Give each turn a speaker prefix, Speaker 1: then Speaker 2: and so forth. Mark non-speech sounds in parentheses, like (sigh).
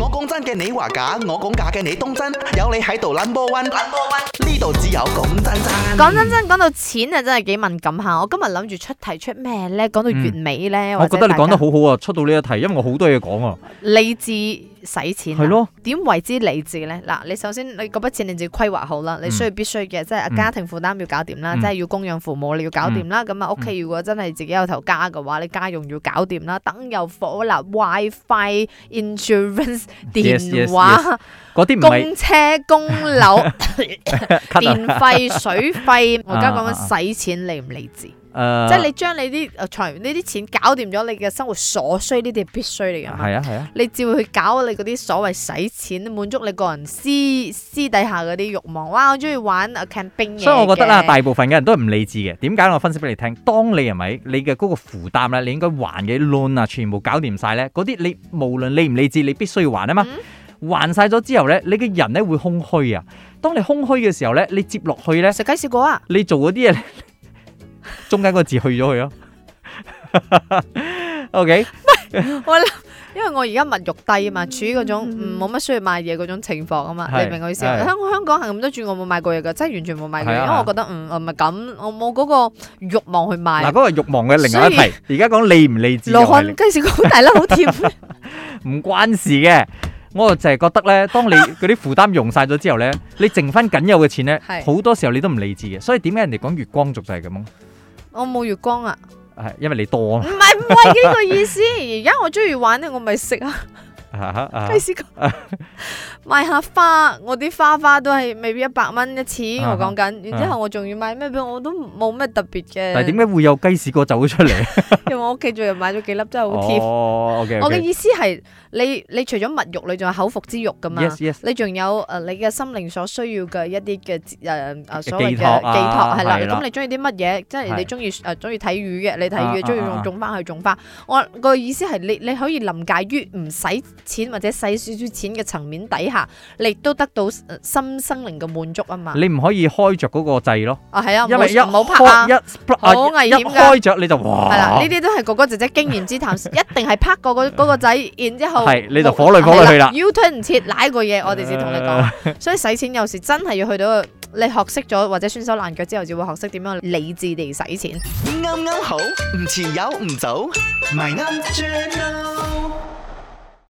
Speaker 1: 我講真嘅，你話假；我講假嘅，你當真。有你喺度 number one，number one，呢度只有講真
Speaker 2: 嗯
Speaker 1: 真。
Speaker 3: 講真真，講到錢啊，真係幾敏感下。我今日諗住出題出咩咧？講到月尾咧，
Speaker 2: 嗯我覺得你講
Speaker 3: 講
Speaker 2: 得好好啊，出到呢一題，因為我好多嘢講啊。
Speaker 3: 理智使錢啊
Speaker 2: 係咯，
Speaker 3: 點為之理智咧？嗱，你首先你嗰筆錢你自己規劃好啦，你需要必須嘅，即係家庭負擔要搞掂啦，
Speaker 2: 嗯
Speaker 3: 即係要供養父母你要搞掂啦。咁啊，屋企如果真係自己有頭家嘅話，你家用要搞掂啦，燈油火蠟、WiFi、insurance、
Speaker 2: 嗯 (laughs) Yes, yes,
Speaker 3: 電話、
Speaker 2: 嗰啲唔係
Speaker 3: 公車、公
Speaker 2: (laughs)
Speaker 3: 樓、
Speaker 2: cut 啊
Speaker 3: 電費、水費。我而家講
Speaker 2: (laughs) 啊啊
Speaker 3: 緊使錢理唔理智？
Speaker 2: 誒，
Speaker 3: 即係你將你啲呃財呢啲錢搞掂咗，你嘅生活所需呢啲係必須嚟㗎嘛。
Speaker 2: 係啊係啊，
Speaker 3: 你照去搞你嗰啲所謂使錢，滿足你個人私私底下嗰啲慾望。哇！我中意玩啊 camping 嘢
Speaker 2: 所以我覺得啦，啊
Speaker 3: 嘅
Speaker 2: 大部分嘅人都係唔理智嘅。點解我分析俾你聽？當你係咪你嘅嗰個負擔咧，你應該還嘅 loan 啊，全部搞掂晒咧，嗰啲你無論理唔理智，你必須要還啊嘛。還晒咗之後咧，你嘅人咧會空虛啊。當你空虛嘅時候咧，你接落去咧，
Speaker 3: 食雞屎果啊！
Speaker 2: 你做嗰啲嘢呢， (laughs) 中間嗰個字去咗佢咯。OK，
Speaker 3: 我諗因為我而家物欲低啊嘛，處於嗰種嗯冇乜需要買嘢嗰種情況啊嘛，
Speaker 2: 係
Speaker 3: 你明我意思
Speaker 2: 係
Speaker 3: 啊？香香港行咁多轉，我冇買過嘢㗎，真係完全冇買過嘢，
Speaker 2: 係啊
Speaker 3: 因為我覺得嗯我唔係咁，我冇嗰個慾望去
Speaker 2: 嗱嗰
Speaker 3: 買。
Speaker 2: 個係慾望嘅另外
Speaker 3: 所
Speaker 2: 一
Speaker 3: 以
Speaker 2: 題，而家講理唔理智又
Speaker 3: 羅
Speaker 2: 係
Speaker 3: 漢
Speaker 2: 另
Speaker 3: 雞屎果好大粒，好甜。
Speaker 2: (laughs) 唔關事嘅。我就係覺得咧，
Speaker 3: (laughs)
Speaker 2: 當你嗰啲負擔用晒咗之後咧，你剩翻僅有嘅錢咧，
Speaker 3: 係
Speaker 2: 好多時候你都唔理智嘅。所以點解人哋講月光族就係咁咯？
Speaker 3: 我冇月光啊！
Speaker 2: 係因為你多
Speaker 3: (laughs)
Speaker 2: 啊
Speaker 3: 唔係唔係呢個意思，而家我中意玩咧，我咪食啊
Speaker 2: 嘛啊哈。啊哈
Speaker 3: 雞屎哥，買下花，我啲花花都係未必一百蚊一次，
Speaker 2: 啊
Speaker 3: 我講緊。然之後我仲要買咩俾我，我都冇咩特別嘅。
Speaker 2: 但係點解會有雞屎果走咗出嚟？
Speaker 3: 因為我屋企最近買咗幾粒，真係 (laughs) 好貼。
Speaker 2: 哦，OK
Speaker 3: 我嘅
Speaker 2: OK。
Speaker 3: 意思係，你你除咗物欲，你仲有口腹之欲噶嘛
Speaker 2: Yes yes。
Speaker 3: 你仲有誒、呃你嘅心靈所需要嘅一啲嘅誒誒所謂嘅
Speaker 2: 寄
Speaker 3: 寄
Speaker 2: 託啊
Speaker 3: 託係啦。
Speaker 2: 係啦
Speaker 3: 咁你中意啲乜嘢？即係
Speaker 2: 係
Speaker 3: 你中意誒中意睇魚嘅，你睇
Speaker 2: 啊
Speaker 3: 魚；中意
Speaker 2: 啊啊
Speaker 3: 種種花去種花。我個意思係你你可以臨界於唔使錢或者使少少錢嘅層面底下，你都得到呃心生靈嘅滿足啊嘛。
Speaker 2: 你唔可以開着嗰個掣咯，
Speaker 3: 啊係啊，
Speaker 2: 因為一
Speaker 3: 唔好唔好拍啊
Speaker 2: 開一。啊
Speaker 3: 好危
Speaker 2: 一
Speaker 3: 險㗎
Speaker 2: 開着你就哇，
Speaker 3: 係啦，呢啲都係哥哥姐姐經驗之談，一定係拍過
Speaker 2: (laughs)
Speaker 3: 嗰嗰個仔，然之後
Speaker 2: 係你就火嚟火去
Speaker 3: 係
Speaker 2: 啦
Speaker 3: U turn 唔切，舐過嘢，我哋先同你
Speaker 2: (laughs)
Speaker 3: 講。所以使錢有時真係要去到你學識咗或者損手爛腳之後，就會學識點樣理智地使錢。
Speaker 1: 啱啱好，唔遲有唔早，咪啱 channel。